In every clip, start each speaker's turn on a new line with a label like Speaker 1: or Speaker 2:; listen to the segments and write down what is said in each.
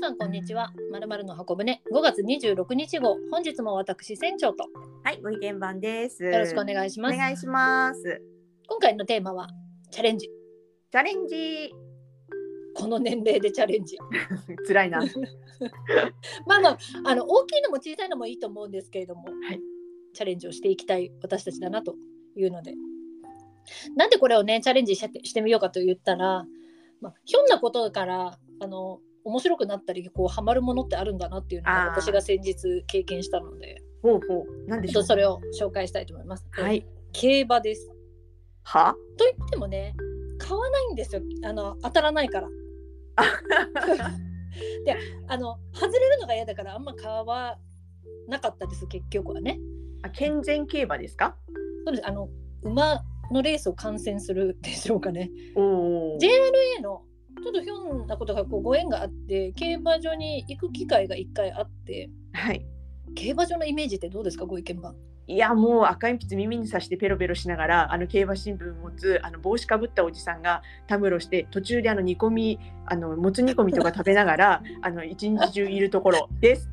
Speaker 1: さんこんにちは。まるまるの箱舟5月26日号本日も私船長と
Speaker 2: はい、ご意見番です。
Speaker 1: よろしくお願いします。
Speaker 2: お願いします。
Speaker 1: 今回のテーマはチャレンジ。
Speaker 2: チャレンジ。
Speaker 1: この年齢でチャレンジ。
Speaker 2: 辛いな。
Speaker 1: まあまああの大きいのも小さいのもいいと思うんですけれども、
Speaker 2: い
Speaker 1: チャレンジをしていきたい私たちだなというのでなんでこれをねチャレンジしてしてみようかと言ったら、まあ、ひょんなことからあの面白くなったりこうハマるものってあるんだなっていうのが
Speaker 2: あー
Speaker 1: 私が先日経験したので
Speaker 2: ほうほう。なんで
Speaker 1: ち
Speaker 2: しょ
Speaker 1: ょっと
Speaker 2: う。
Speaker 1: それを紹介したいと思います。
Speaker 2: はい。
Speaker 1: 競馬です
Speaker 2: は。
Speaker 1: と言ってもね買わないんですよあの当たらないから。 であの外れるのが嫌だからあんま買わなかったです結局はね。
Speaker 2: あ、健全競馬ですか。
Speaker 1: そうですあの馬のレースを観戦するでしょうかね。
Speaker 2: おお。
Speaker 1: J- LA のちょっとひょんなことがこうご縁があって競馬場に行く機会が一回あって
Speaker 2: はい。
Speaker 1: 競馬場のイメージってどうですかご意見番。
Speaker 2: いやもう赤鉛筆耳にさしてペロペロしながらあの競馬新聞持つあの帽子かぶったおじさんがたむろして途中であの煮込みあのもつ煮込みとか食べな がらあの一日中いるところ です。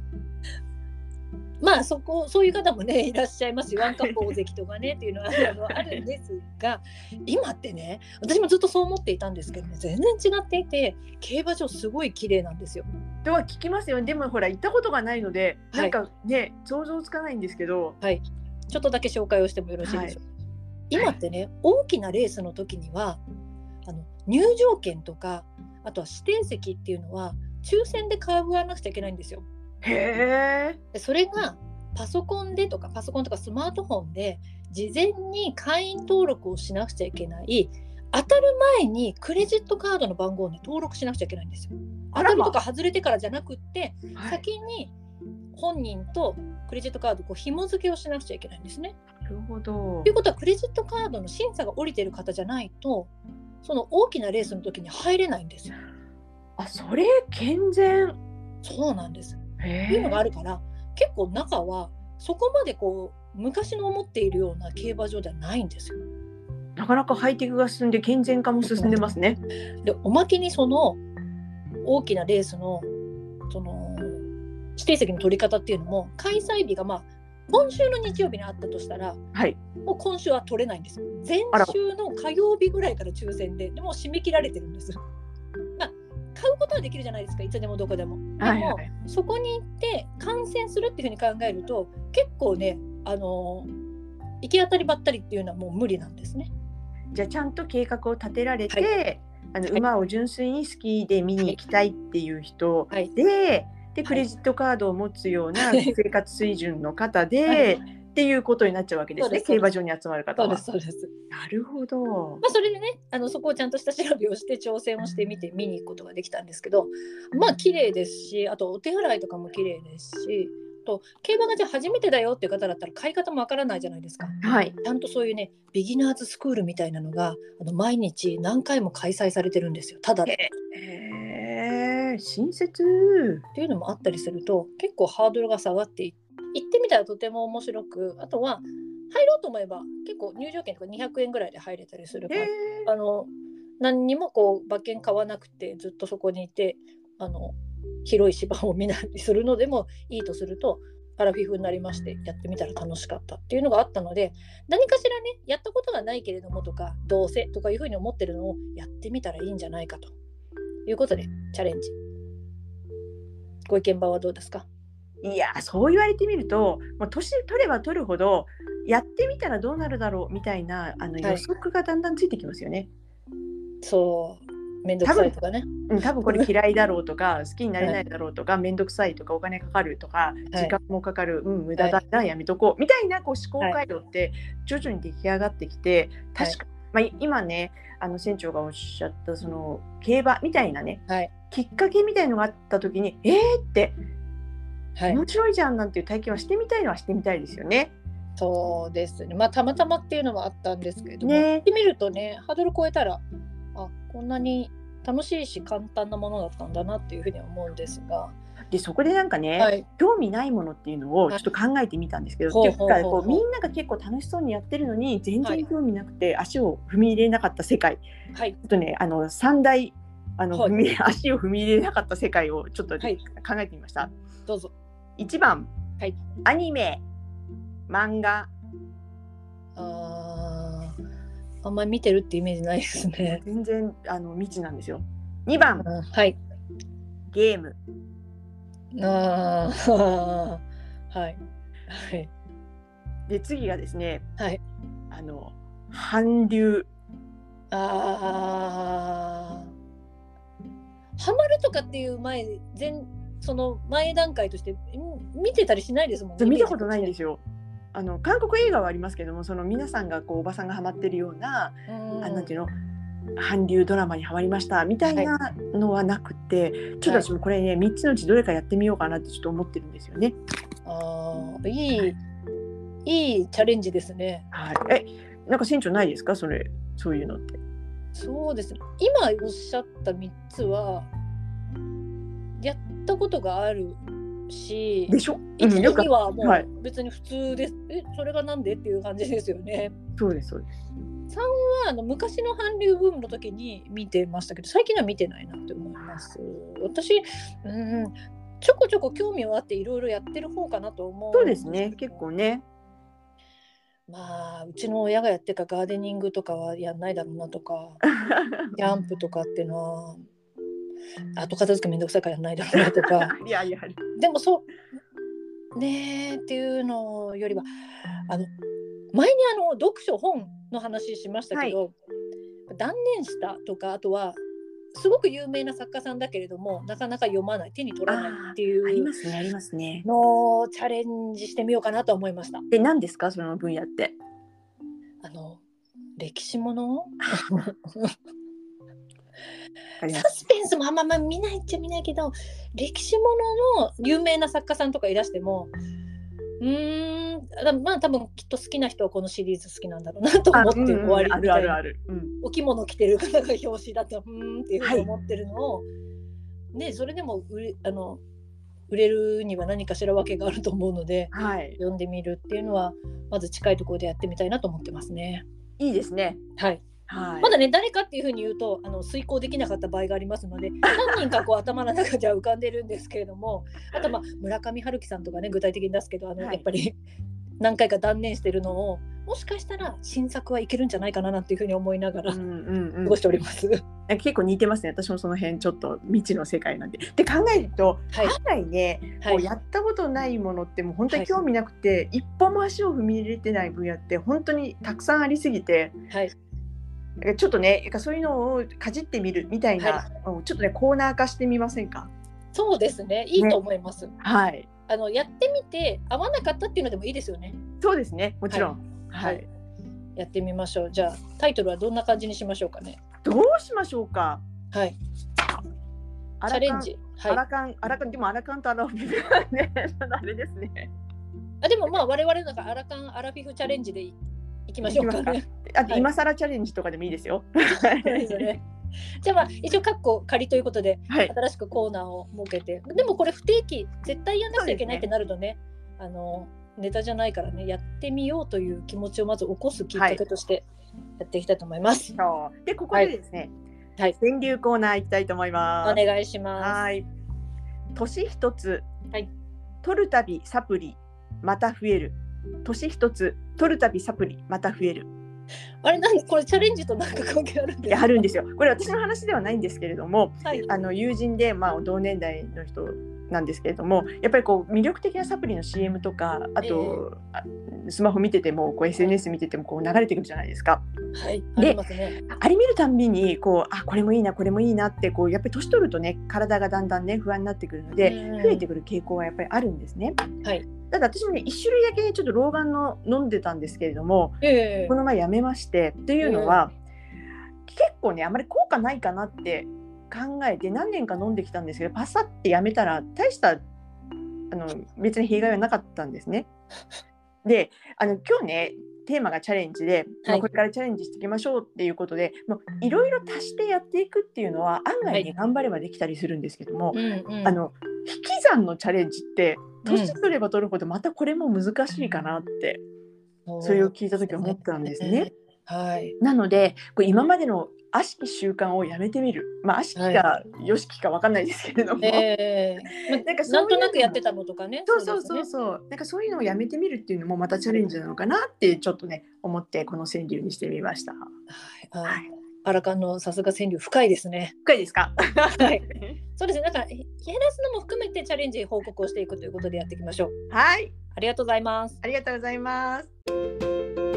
Speaker 1: まあそこそういう方もねいらっしゃいますしワンカップ大関とかねっていうのはあのあるんですが今ってね私もずっとそう思っていたんですけどね全然違っていて競馬場すごい綺麗なんですよ。
Speaker 2: とは聞きますよでもほら行ったことがないので
Speaker 1: は
Speaker 2: ないんかね、想像つかないんですけど
Speaker 1: ちょっとだけ紹介をしてもよろしいでしょうか、今ってね大きなレースの時にはあの入場券とかあとは指定席っていうのは抽選で買わなくちゃいけないんですよ。
Speaker 2: へえ
Speaker 1: でそれがパソコンでとかパソコンとかスマートフォンで事前に会員登録をしなくちゃいけない当たる前にクレジットカードの番号を、ね、登録しなくちゃいけないんですよ。当
Speaker 2: あ
Speaker 1: た
Speaker 2: ら
Speaker 1: る
Speaker 2: ま
Speaker 1: とか外れてからじゃなくって、
Speaker 2: はい
Speaker 1: 先に本人とクレジットカードをこう紐付けをしなくちゃいけないんですね。
Speaker 2: なるほど
Speaker 1: ということはクレジットカードの審査が下りてる方じゃないとその大きなレースの時に入れないんですよ。
Speaker 2: あそれ健全
Speaker 1: そうなんです。
Speaker 2: へ
Speaker 1: というのがあるから結構中はそこまでこう昔の思っているような競馬場ではないんですよ。
Speaker 2: なかなかハイテクが進んで健全化も進んでますね。
Speaker 1: でおまけにその大きなレースのその指定席の取り方っていうのも開催日がまあ今週の日曜日にあったとしたら
Speaker 2: はい
Speaker 1: もう今週は取れないんですよ前
Speaker 2: あら
Speaker 1: 週の火曜日ぐらいから抽選ででもう締め切られてるんです、まあ、買うことはできるじゃないですかいつでもどこでもでも、
Speaker 2: はいはい
Speaker 1: そこに行って観戦するっていうふうに考えると結構ねあのー行き当たりばったりっていうのはもう無理なんですね
Speaker 2: じゃあちゃんと計画を立てられて、
Speaker 1: は
Speaker 2: あの
Speaker 1: はい
Speaker 2: 馬を純粋に好きで見に行きたいっていう人
Speaker 1: はい
Speaker 2: で、でクレジットカードを持つような
Speaker 1: はい
Speaker 2: 生活水準の方で、
Speaker 1: はい
Speaker 2: っていうことになっちゃうわけですね
Speaker 1: そうです
Speaker 2: 競馬場に集まる方
Speaker 1: そうで
Speaker 2: は
Speaker 1: す。そうです、
Speaker 2: なるほど。
Speaker 1: まあ、それでねあのそこをちゃんとした調べをして挑戦をしてみて見に行くことができたんですけどまあ綺麗ですしあとお手洗いとかも綺麗ですしあと競馬がじゃあ初めてだよっていう方だったら買い方もわからないじゃないですか。
Speaker 2: はい。
Speaker 1: ちゃんとそういうねビギナーズスクールみたいなのがあの毎日何回も開催されてるんですよただで。
Speaker 2: へえ親切。
Speaker 1: っていうのもあったりすると結構ハードルが下がってい行ってみたらとても面白くあとは入ろうと思えば結構入場券とか200円ぐらいで入れたりするか
Speaker 2: へ
Speaker 1: ら
Speaker 2: え
Speaker 1: あの何にもこう馬券買わなくてずっとそこにいてあの広い芝を見なりするのでもいいとするとアラフィフになりましてやってみたら楽しかったっていうのがあったので何かしらねやったことがないけれどもとかどうせとかいうふうに思ってるのをやってみたらいいんじゃないかということでチャレンジご意見番はどうですか
Speaker 2: いやーそう言われてみると、まあ、年取れば取るほどやってみたらどうなるだろうみたいなあの
Speaker 1: い
Speaker 2: 予測がだんだんついてきますよね。
Speaker 1: そうめんどくさいとかね
Speaker 2: うん、多分これ嫌いだろうとか好きになれないだろうとか面倒くさいとかお金かかるとか
Speaker 1: い
Speaker 2: 時間もかかる、うん無駄だな、やめとこうみたいなこう思考回路って徐々に出来上がってきて
Speaker 1: はい
Speaker 2: 確か、まあ、今ねあの船長がおっしゃったその競馬みたいなね、
Speaker 1: はい
Speaker 2: きっかけみたいのがあった時にえーって
Speaker 1: はい
Speaker 2: 面白いじゃんなんていう体験はしてみたいのはしてみたいですよね。
Speaker 1: そうですね。まあたまたまっていうのはあったんですけれども、
Speaker 2: ね
Speaker 1: やってみるとね、ハードル超えたら、あこんなに楽しいし簡単なものだったんだなっていうふうには思うんですが、
Speaker 2: でそこでなんかね、
Speaker 1: はい、
Speaker 2: 興味ないものっていうのをちょっと考えてみたんですけど、
Speaker 1: はい
Speaker 2: っていうか
Speaker 1: ほうほうほうほ
Speaker 2: こ
Speaker 1: う
Speaker 2: うみんなが結構楽しそうにやってるのに全
Speaker 1: はい
Speaker 2: 然興味なくて足を踏み入れなかった世界、ち
Speaker 1: はい、
Speaker 2: ょっとねあの三大あの、
Speaker 1: はい
Speaker 2: 踏み 足を踏み入れなかった世界をちょっと考
Speaker 1: はい
Speaker 2: えてみました。
Speaker 1: どうぞ。
Speaker 2: 一番、
Speaker 1: はい
Speaker 2: アニメ、漫画、
Speaker 1: ああ、あんまり見てるってイメージないですね。
Speaker 2: 全然あの未知なんですよ。二番、
Speaker 1: うんはい。
Speaker 2: ゲーム。
Speaker 1: ああ、 はい。はい。
Speaker 2: で次がですね、
Speaker 1: はい
Speaker 2: あの韓流
Speaker 1: ああ、ハマるとかっていう前、前、その前段階として、ん見てたりしないですもんね。。
Speaker 2: 見たことないんですすよ。あの韓国映画はありますけどもその皆さんがこうおばさんがハマってるような、
Speaker 1: うん
Speaker 2: あなんていうの韓流ドラマにハマりましたみたいなのはなくて、ちょっと私もこれね、三3つのうちどれかやってみようかなってちょっと思ってるんですよね。
Speaker 1: ああ、いい、いいチャレンジですね。
Speaker 2: はい、えなんか船長ないですかそれそういうのって。
Speaker 1: そうですね。今おっしゃった3つは、やったことがあるし、
Speaker 2: でしょ、う
Speaker 1: 一
Speaker 2: ん、よく
Speaker 1: 時はも
Speaker 2: はいう
Speaker 1: 別に普通です。え、それがなんでっていう感じですよね。
Speaker 2: そうですそうです。
Speaker 1: まあ、あの昔の韓流ブームの時に見てましたけど最近は見てないなって思います。私うんちょこちょこ興味はあっていろいろやってる方かなと思う。
Speaker 2: そうですね結。構ね。
Speaker 1: まあうちの親がやってたガーデニングとかはやんないだろうなとかキャンプとかっていうのは後片付けめんどくさいから やんないだろうなとか
Speaker 2: いやいや
Speaker 1: でもそうねえっていうのよりはあの前にあの読書本の話しましたけど、断念したとかあとはすごく有名な作家さんだけれどもなかなか読まない手に取らないってい
Speaker 2: ありま
Speaker 1: う
Speaker 2: すねありますね。
Speaker 1: のをチャレンジしてみようかなと思いました。
Speaker 2: で何ですかその分野って。
Speaker 1: あの歴史もの
Speaker 2: わかりま
Speaker 1: サ
Speaker 2: す
Speaker 1: スペンスもあんままあ見ないっちゃ見ないけど歴史ものの有名な作家さんとかいらしてもうーんだまあ多分きっと好きな人はこのシリーズ好きなんだろうなと思って終わり
Speaker 2: あ
Speaker 1: み
Speaker 2: るあ
Speaker 1: たい
Speaker 2: る
Speaker 1: な
Speaker 2: ある。うん
Speaker 1: お着物着てる方が表紙だとうーんっていうふうに思ってるのを、ねそれでも売れあの売れるには何かしら訳があると思うので
Speaker 2: はい。
Speaker 1: 読んでみるっていうのはまず近いところでやってみたいなと思ってますね。
Speaker 2: いいですね。
Speaker 1: はい
Speaker 2: はい。
Speaker 1: まだね誰かっていうふうに言うとあの遂行できなかった場合があります ので何人かこう頭の中では浮かんでるんですけれどもあとまあ村上春樹さんとかね具体的に出すけどあの、
Speaker 2: はい
Speaker 1: やっぱり何回か断念してるのをもしかしたら新作はいけるんじゃないかななんていうふうに思いながら
Speaker 2: う
Speaker 1: 過
Speaker 2: んうんうん。
Speaker 1: ごしております。
Speaker 2: なんか結構似てますね。私もその辺ちょっと未知の世界なんで。で考えると、
Speaker 1: はい
Speaker 2: 案外ね、
Speaker 1: は
Speaker 2: こう
Speaker 1: い
Speaker 2: やったことないものってもう本当
Speaker 1: は
Speaker 2: に
Speaker 1: い
Speaker 2: 興味なくて、一歩も足を踏み入れてない分野って本当にたくさんありすぎて。
Speaker 1: はい
Speaker 2: なんかちょっとね、なんかそういうのをかじってみるみたいな、
Speaker 1: は
Speaker 2: うんちょっとねコーナー化してみませんか。
Speaker 1: そうですねいいと思います、
Speaker 2: はい。
Speaker 1: あのやってみて合わなかったっていうのでもいいですよね
Speaker 2: そうですね。もちろん。
Speaker 1: は
Speaker 2: はいい。
Speaker 1: やってみましょうじゃあタイトルはどんな感じにしましょうかね
Speaker 2: どうしましょうか。
Speaker 1: はい
Speaker 2: ア
Speaker 1: チャレンジ
Speaker 2: ア
Speaker 1: はい
Speaker 2: ラカン、アラカン、でもアラカンとアラフィフはね、 ちょっとあれですね。
Speaker 1: あでもまあ我々なんかアラカンアラフィフチャレンジでいいきましょうか
Speaker 2: いきま
Speaker 1: ね
Speaker 2: すあと、
Speaker 1: はい
Speaker 2: 今更チャレンジとかでもい いですよ。
Speaker 1: そうですね。じゃあまあ一応括弧仮ということで
Speaker 2: はい、
Speaker 1: 新しくコーナーを設けてでもこれ不定期絶対やんなきゃいけないってなるとねあのネタじゃないからねやってみようという気持ちをまず起こすきっかけとしてやっていきたいと思います。
Speaker 2: そうで、ここでですね。
Speaker 1: はい
Speaker 2: 川柳コーナー行きたいと思います。
Speaker 1: お願いします。
Speaker 2: はい。年一つ。
Speaker 1: はい
Speaker 2: 取るたびサプリ、また増える。年一つ、取るたびサプリ、また増える。
Speaker 1: あれ何これチャレンジとなんか関係あるん
Speaker 2: い
Speaker 1: です
Speaker 2: やあ
Speaker 1: か。
Speaker 2: るんですよ。これ私の話ではないんですけれども、
Speaker 1: はい。
Speaker 2: あの友人で、まあ、同年代の人なんですけれどもやっぱりこう魅力的なサプリの CM とかあと、あスマホ見ててもこう SNS 見ててもこう流れてくるじゃないですか。
Speaker 1: はい。あ
Speaker 2: で
Speaker 1: りますね。
Speaker 2: あれ見るたんびにこうあこれもいいなこれもいいなってこうやっぱり年取るとね体がだんだんね不安になってくるので、
Speaker 1: うん
Speaker 2: 増えてくる傾向はやっぱりあるんですね。
Speaker 1: はい、
Speaker 2: ただ私もね1種類だけちょっと老眼の飲んでたんですけれども
Speaker 1: ええ
Speaker 2: この前やめましてというのは、結構ねあまり効果ないかなって考えて何年か飲んできたんですけどパサってやめたら大したあの別に弊害はなかったんですね。であの今日ねテーマがチャレンジで、まあ
Speaker 1: はい
Speaker 2: これからチャレンジしていきましょうっていうことでもういろいろ足してやっていくっていうのは案外
Speaker 1: は
Speaker 2: ね頑張ればできたりするんですけども、
Speaker 1: うんうん。
Speaker 2: あの引き算のチャレンジって
Speaker 1: うん
Speaker 2: 年取れば取るほどまたこれも難しいかなって、それを聞いた時思ったんですね。
Speaker 1: はい。
Speaker 2: なのでこう今までの悪しき習慣をやめてみるまあ悪しきか良しきか分かんないですけれども、
Speaker 1: ええ
Speaker 2: なんかそうい
Speaker 1: なん
Speaker 2: うの
Speaker 1: となくやってたのとかね。
Speaker 2: そうそうそう
Speaker 1: ですね
Speaker 2: そう、なんかそういうのをやめてみるっていうのもまたチャレンジなのかなってちょっとね思ってこの川柳にしてみました。
Speaker 1: はい。
Speaker 2: は
Speaker 1: はいい。アラカンのさすが川柳深いですね。
Speaker 2: 深いです か？
Speaker 1: はい。そうですね。なんか減らすのも含めてチャレンジ報告をしていくということでやっていきましょう。
Speaker 2: はい、
Speaker 1: ありがとうございます。
Speaker 2: ありがとうございます。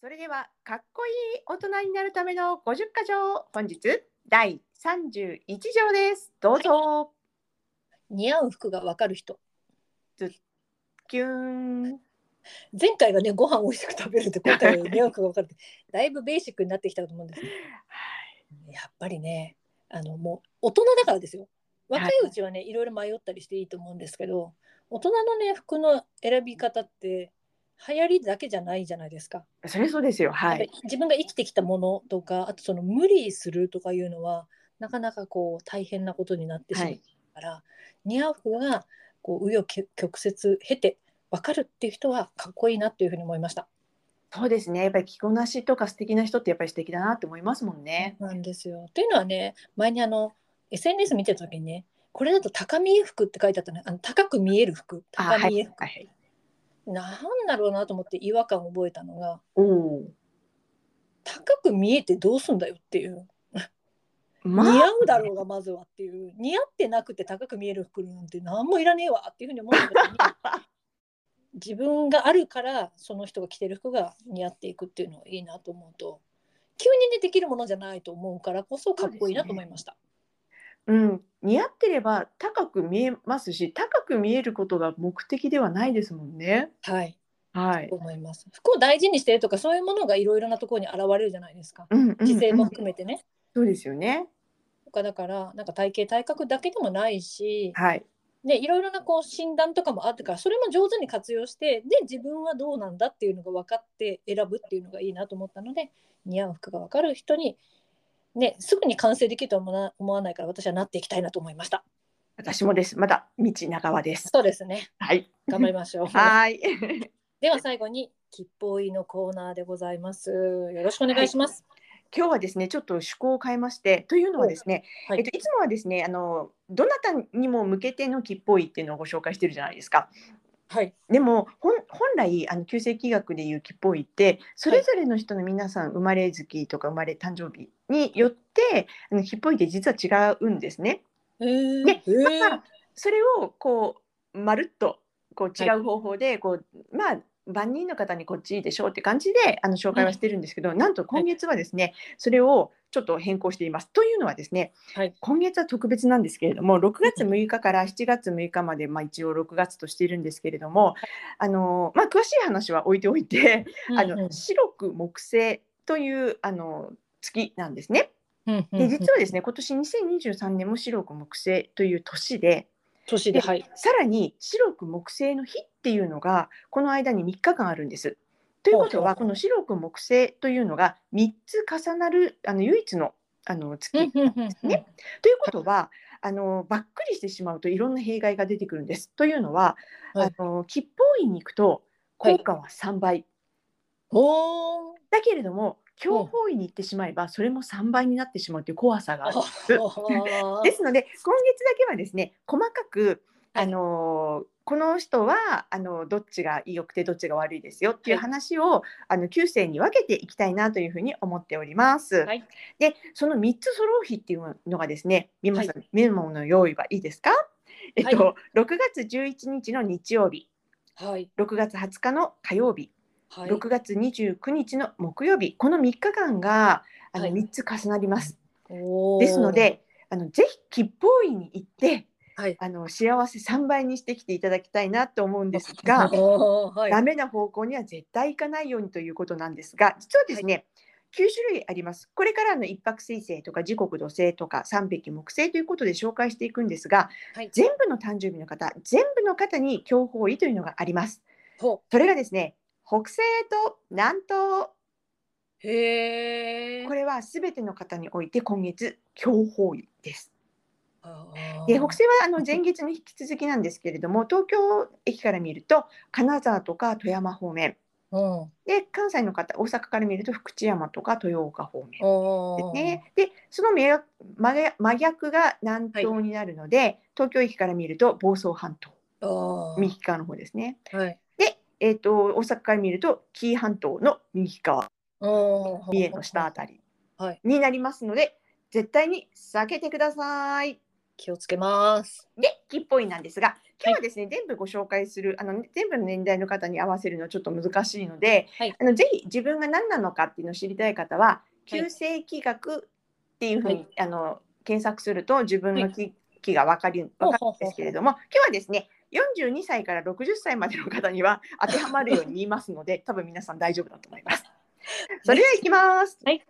Speaker 2: それではかっこいい大人になるための50箇条本日第31条です。どうぞ。
Speaker 1: 似合う服がわかる人。
Speaker 2: キューン。
Speaker 1: 前回がねご飯美味しく食べるって今回は似合う服がわかるってだいぶベーシックになってきたと思うんですけど。やっぱりねあのもう大人だからですよ若いうちはね、い、ろいろ迷ったりしていいと思うんですけど大人のね服の選び方って流行りだけじゃないじゃないですか、
Speaker 2: それそうですよ。
Speaker 1: や
Speaker 2: は
Speaker 1: っ
Speaker 2: い
Speaker 1: ぱ。り自分が生きてきたものとかあとその無理するとかいうのはなかなかこう大変なことになってしまうから、似合う服がこう紆余曲折経て分かるっていう人はかっこいいなっていうふうに思いました。
Speaker 2: そうですね。やっぱり着こなしとか素敵な人ってやっぱり素敵だなって思いますもんね。
Speaker 1: なんですよ。というのはね前にあの SNS 見てた時にねこれだと高見え服って書いてあったのあの高く見える服
Speaker 2: あ
Speaker 1: 高見え服、
Speaker 2: はい。
Speaker 1: なんだろうなと思って違和感を覚えたのが
Speaker 2: おお。
Speaker 1: 高く見えてどうすんだよっていう、
Speaker 2: ま
Speaker 1: 似合うだろうがまずはっていう似合ってなくて高く見える服なんて何もいらねえわっていうふうに思った時に 自分があるからその人が着てる服が似合っていくっていうのはいいなと思うと急にねできるものじゃないと思うからこそかっこいいなと思いました。
Speaker 2: うん、似合ってれば高く見えますし高く見えることが目的ではないですもんね。
Speaker 1: はい
Speaker 2: はい。
Speaker 1: 思います。服を大事にしてるとかそういうものがいろいろなところに現れるじゃないですか。
Speaker 2: うんうんうん
Speaker 1: 姿勢も含めてね。
Speaker 2: そうですよね。
Speaker 1: とかだからなんか体型体格だけでもないし、
Speaker 2: はい。
Speaker 1: でいろいろなこう診断とかもあってからそれも上手に活用してで自分はどうなんだっていうのが分かって選ぶっていうのがいいなと思ったので似合う服が分かる人に。ね、すぐに完成できるとは思わな思わないから私はなっていきたいなと思いました。
Speaker 2: 私もです。まだ道半ばです。
Speaker 1: そうですね。
Speaker 2: はい。
Speaker 1: 頑張りま しょう。
Speaker 2: はい。
Speaker 1: では最後に吉報いのコーナーでございます。よろしくお願いします。
Speaker 2: 今日はですね、ちょっと趣向を変えまして、というのはですね、
Speaker 1: はい
Speaker 2: えっと、いつもはですね、あのどなたにも向けての木っぽいっていうのをご紹介してるじゃないですか。
Speaker 1: はい。
Speaker 2: でも本本来あの旧世紀学でいう木っぽいってそれぞれの人の皆さん生まれ月とか生まれ誕生日によってあの木っぽいって実は違うんですね。
Speaker 1: えー
Speaker 2: で
Speaker 1: えー
Speaker 2: まあそれをこうまるっとこう違う方法でこう、まあ万人の方にこっちいいでしょうって感じであの紹介はしてるんですけど、なんと今月はですね、それをちょっと変更しています。というのはですね、
Speaker 1: はい
Speaker 2: 今月は特別なんですけれども6月6日から7月6日まで、まあ、一応6月としているんですけれども、あのまあ、詳しい話は置いておいて、あ
Speaker 1: うんう
Speaker 2: の
Speaker 1: ん
Speaker 2: 白く木星というあの月なんですね。
Speaker 1: うんうんう
Speaker 2: で
Speaker 1: ん
Speaker 2: 実はですね今年2023年も白く木星という年で
Speaker 1: 年ではい。
Speaker 2: さらに白く木星の日っていうのがこの間に3日間あるんです。ということは
Speaker 1: ほうほうほ
Speaker 2: こ
Speaker 1: う
Speaker 2: の白く木星というのが3つ重なるあの唯一のあの月。
Speaker 1: うんうんうんうん
Speaker 2: ねということはあのばっくりしてしまうといろんな弊害が出てくるんです。というのは、
Speaker 1: はい
Speaker 2: あの吉報院に行くと効果は3倍、
Speaker 1: おー
Speaker 2: だけれども強法院に行ってしまえばそれも3倍になってしまうという怖さがあるんです。
Speaker 1: あ
Speaker 2: ですので今月だけはですね細かく、
Speaker 1: はい
Speaker 2: あのーこの人はあのどっちが良くてどっちが悪いですよっていう
Speaker 1: はい
Speaker 2: 話を、あの旧世に分けていきたいなというふうに思っております。
Speaker 1: ーはい。
Speaker 2: でその3つ揃う日っていうのがですねみまさん、メモの用意はいいですか、えっと
Speaker 1: は
Speaker 2: 6月11日の日曜日
Speaker 1: はい。
Speaker 2: 6月20日の火曜日
Speaker 1: はい。
Speaker 2: 6月29日の木曜日この3日間があの
Speaker 1: はい
Speaker 2: 3つ重なります。
Speaker 1: おー
Speaker 2: ですの。で、あのぜひ吉報院に行って、
Speaker 1: はい
Speaker 2: あの幸せ3倍にしてきていただきたいなと思うんですが、
Speaker 1: おーはい。
Speaker 2: ダメな方向には絶対行かないようにということなんですが、実はですね、9種類あります。これからの一泊水星とか時刻土星とか三匹木星ということで紹介していくんですが、
Speaker 1: はい。
Speaker 2: 全部の誕生日の方、全部の方に強報位というのがあります。
Speaker 1: ほ
Speaker 2: それがですね、北西と南東、
Speaker 1: うへえ。
Speaker 2: これはすべての方において今月強報位です。
Speaker 1: あー
Speaker 2: で北西はあの前月に引き続きなんですけれども東京駅から見ると金沢とか富山方面
Speaker 1: うん。うん
Speaker 2: で関西の方大阪から見ると福知山とか豊岡方面です
Speaker 1: おー。
Speaker 2: ね。でその真逆真逆真逆が南東になるので、東京駅から見ると房総半島
Speaker 1: あー
Speaker 2: 右側の方ですね。
Speaker 1: はい。
Speaker 2: で、えー、と大阪から見ると紀伊半島の右側
Speaker 1: おー
Speaker 2: 三重の下あたり
Speaker 1: はい
Speaker 2: になりますので、絶対に避けてください。
Speaker 1: 気をつけます。
Speaker 2: で、キーポイントなんですが、今日はですね、全部ご紹介する、あの全部の年代の方に合わせるのはちょっと難しいので、
Speaker 1: はい
Speaker 2: あのぜひ自分が何なのかっていうのを知りたい方は、
Speaker 1: はい
Speaker 2: 旧世紀学っていうふうに、
Speaker 1: はい
Speaker 2: あの検索すると自分の気,、気が分かる
Speaker 1: ほう
Speaker 2: わか
Speaker 1: ほうほう
Speaker 2: るんですけれども、今日はですね、42歳から60歳までの方には当てはまるように言いますの で、多分皆さん大丈夫だと思います。それではいきます。
Speaker 1: はい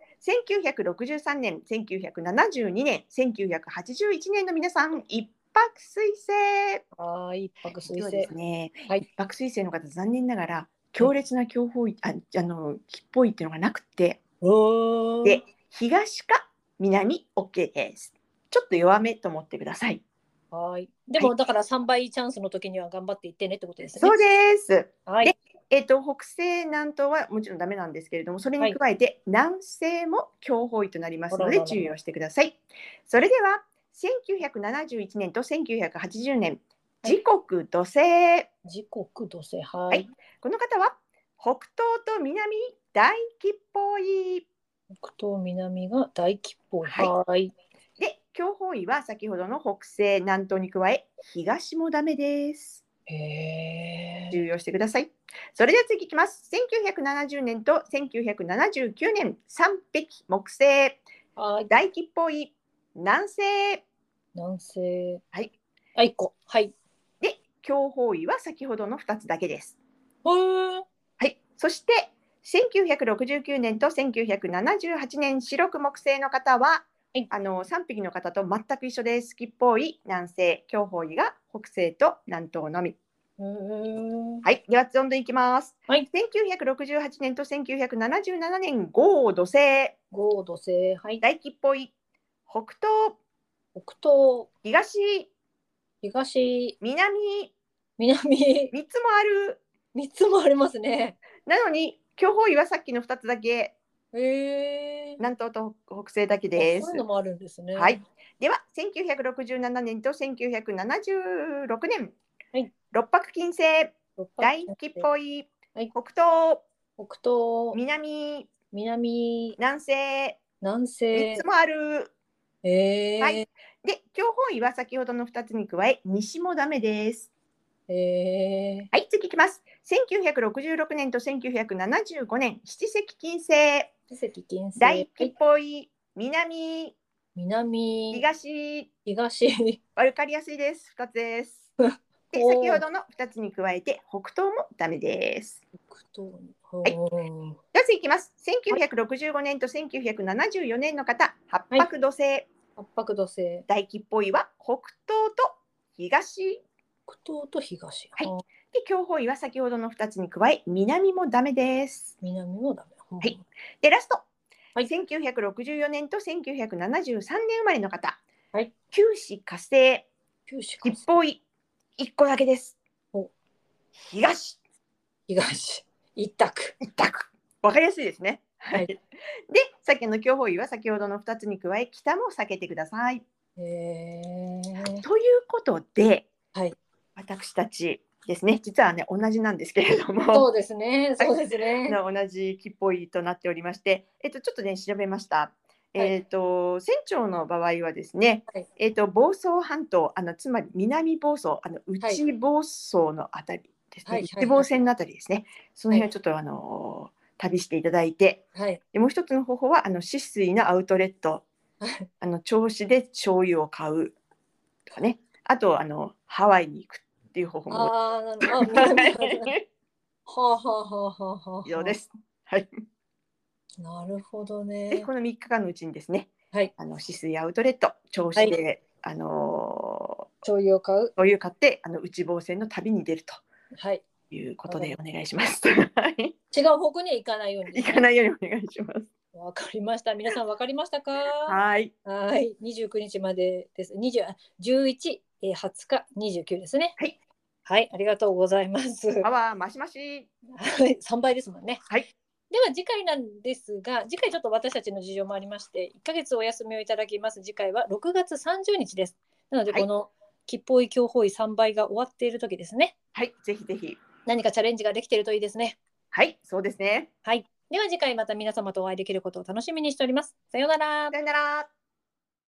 Speaker 2: 1963年、1972年、1981年の皆さん、一泊水星。
Speaker 1: はーい、一泊水
Speaker 2: そう
Speaker 1: 星。
Speaker 2: ですね。
Speaker 1: はい
Speaker 2: 一泊水星の方、残念ながら強烈な強風ああの気っぽいっていうのがなくて、
Speaker 1: おー
Speaker 2: で東か南 OK です。ちょっと弱めと思ってください。
Speaker 1: はーい。でも、だから三倍チャンスの時には頑張っていってねってことですね。
Speaker 2: そうです。
Speaker 1: はい。
Speaker 2: えっと北西南東はもちろんダメなんですけれどもそれに加えて、南西も強風位となりますの
Speaker 1: あら
Speaker 2: で
Speaker 1: らら
Speaker 2: 注意をしてください。それでは1971年と1980年
Speaker 1: はい
Speaker 2: 時刻土星、
Speaker 1: 時刻土星。は
Speaker 2: はいい。この方は北東と南大気っぽい
Speaker 1: 北東南が大気っぽい。
Speaker 2: はい
Speaker 1: はーい。
Speaker 2: で強風位は先ほどの北西南東に加え東もダメです。
Speaker 1: へー
Speaker 2: 重要してください。それでは次いきます。1970年と1979年、三匹木星、
Speaker 1: はーい。
Speaker 2: 大気っぽい南西。
Speaker 1: 南西。
Speaker 2: はい。
Speaker 1: あ、一個。はい。
Speaker 2: で、強方位は先ほどの2つだけです。
Speaker 1: へー
Speaker 2: はい。そして、1969年と1978年、白く木星の方は、
Speaker 1: はい
Speaker 2: あの3匹の方と全く一緒です。気っぽい南西、強方位が北西と南東のみ。
Speaker 1: うーん。
Speaker 2: はい、ではどんどんいきます。
Speaker 1: はい、
Speaker 2: 1968年と1977年豪土星
Speaker 1: 五土星。はい。
Speaker 2: 大気っぽい北東
Speaker 1: 北東。
Speaker 2: 東
Speaker 1: 東。
Speaker 2: 南
Speaker 1: 南。
Speaker 2: 三つもある
Speaker 1: 三つもありますね。
Speaker 2: なのに強方位はさっきの二つだけ
Speaker 1: へえ。
Speaker 2: 南東と北西だけで
Speaker 1: そ
Speaker 2: す
Speaker 1: ういう。のもあるんですね。
Speaker 2: はい。では1967年と1976年、
Speaker 1: はい、
Speaker 2: 六白金星
Speaker 1: 六白
Speaker 2: 大
Speaker 1: 金星
Speaker 2: 気っぽい
Speaker 1: はい
Speaker 2: 北東
Speaker 1: 北東。
Speaker 2: 南
Speaker 1: 南。
Speaker 2: 南西
Speaker 1: 南
Speaker 2: 三
Speaker 1: 西
Speaker 2: つ。もある。
Speaker 1: えー、
Speaker 2: はいで、強本位は先ほどの2つに加え、西もダメです。
Speaker 1: え
Speaker 2: はい、次いきます。1966年と1975年、七石金星、
Speaker 1: ー、関金星
Speaker 2: 大気っぽい、南、
Speaker 1: 南
Speaker 2: 東、
Speaker 1: 東
Speaker 2: わかりやすいです。2つです。 で、
Speaker 1: おー
Speaker 2: 先ほどの2つに加えて、北東もダメです。
Speaker 1: 北東はい
Speaker 2: では次いきます。1965年と1974年の方、八白土星、
Speaker 1: 八白土星
Speaker 2: 大気っぽいは北東と東。
Speaker 1: 北東と東、
Speaker 2: はい
Speaker 1: あ
Speaker 2: で、強本位は先ほどの2つに加え、南もダメです。
Speaker 1: 南もダメ、
Speaker 2: いでラスト、
Speaker 1: はい
Speaker 2: 1964年と1973年生まれの方、
Speaker 1: はい、
Speaker 2: 九死火星
Speaker 1: 九州
Speaker 2: 吉報位一個だけです
Speaker 1: お
Speaker 2: 東
Speaker 1: 東一択
Speaker 2: 一択わかりやすいですね
Speaker 1: はい
Speaker 2: でさっきの強報位は先ほどの2つに加え北も避けてください
Speaker 1: え ー、
Speaker 2: ということで、
Speaker 1: はい、
Speaker 2: 私たちですね実はね同じなんですけれども
Speaker 1: そうですねそうですね
Speaker 2: の同じ木っぽいとなっておりまして、えっと、ちょっとね調べました。えっと船長の場合はですね、
Speaker 1: はい
Speaker 2: えっと房総半島あのつまり南房総あの
Speaker 1: はい
Speaker 2: 内房総のあたりですね、
Speaker 1: はいはい
Speaker 2: 内房線のあたりですね、その辺をちょっと、あの旅していただいて
Speaker 1: はい
Speaker 2: でもう一つの方法はあの止水のアウトレット
Speaker 1: はい
Speaker 2: あの銚子で醤油を買うとかねあとあのハワイに行くっていう方法も
Speaker 1: あーなん かあ南はあはあはあはあはあ
Speaker 2: 以上です。はい
Speaker 1: なるほど
Speaker 2: で
Speaker 1: ね
Speaker 2: この3日間のうちにですね、
Speaker 1: はい
Speaker 2: あの指数やアウトレット調子で、あの
Speaker 1: 醤油を買う
Speaker 2: ー、お湯買ってあの内房線の旅に出ると
Speaker 1: はい
Speaker 2: いうことでお願いします。はい
Speaker 1: 違う方向には行かないようにで
Speaker 2: 行
Speaker 1: すね
Speaker 2: かないようにお願いします。
Speaker 1: わかりました。皆さんわかりましたか。
Speaker 2: はい、
Speaker 1: はい、二十九日までです。二十、十一、ええ、二十日、二十九ですね。
Speaker 2: はい。
Speaker 1: はい、ありがとうございます。
Speaker 2: パワーマシマシ。
Speaker 1: はい、3倍ですもんね。
Speaker 2: はい。
Speaker 1: では次回なんですが、次回ちょっと私たちの事情もありまして、1ヶ月お休みをいただきます。次回は6月30日です。なので
Speaker 2: はい
Speaker 1: この吉報位強報位3倍が終わっている時ですね。
Speaker 2: はい、ぜひぜひ。
Speaker 1: 何かチャレンジができているといいですね。
Speaker 2: はい、そうですね。
Speaker 1: はい。では次回また皆様とお会いできることを楽しみにしております。さようなら
Speaker 2: さ。よなら。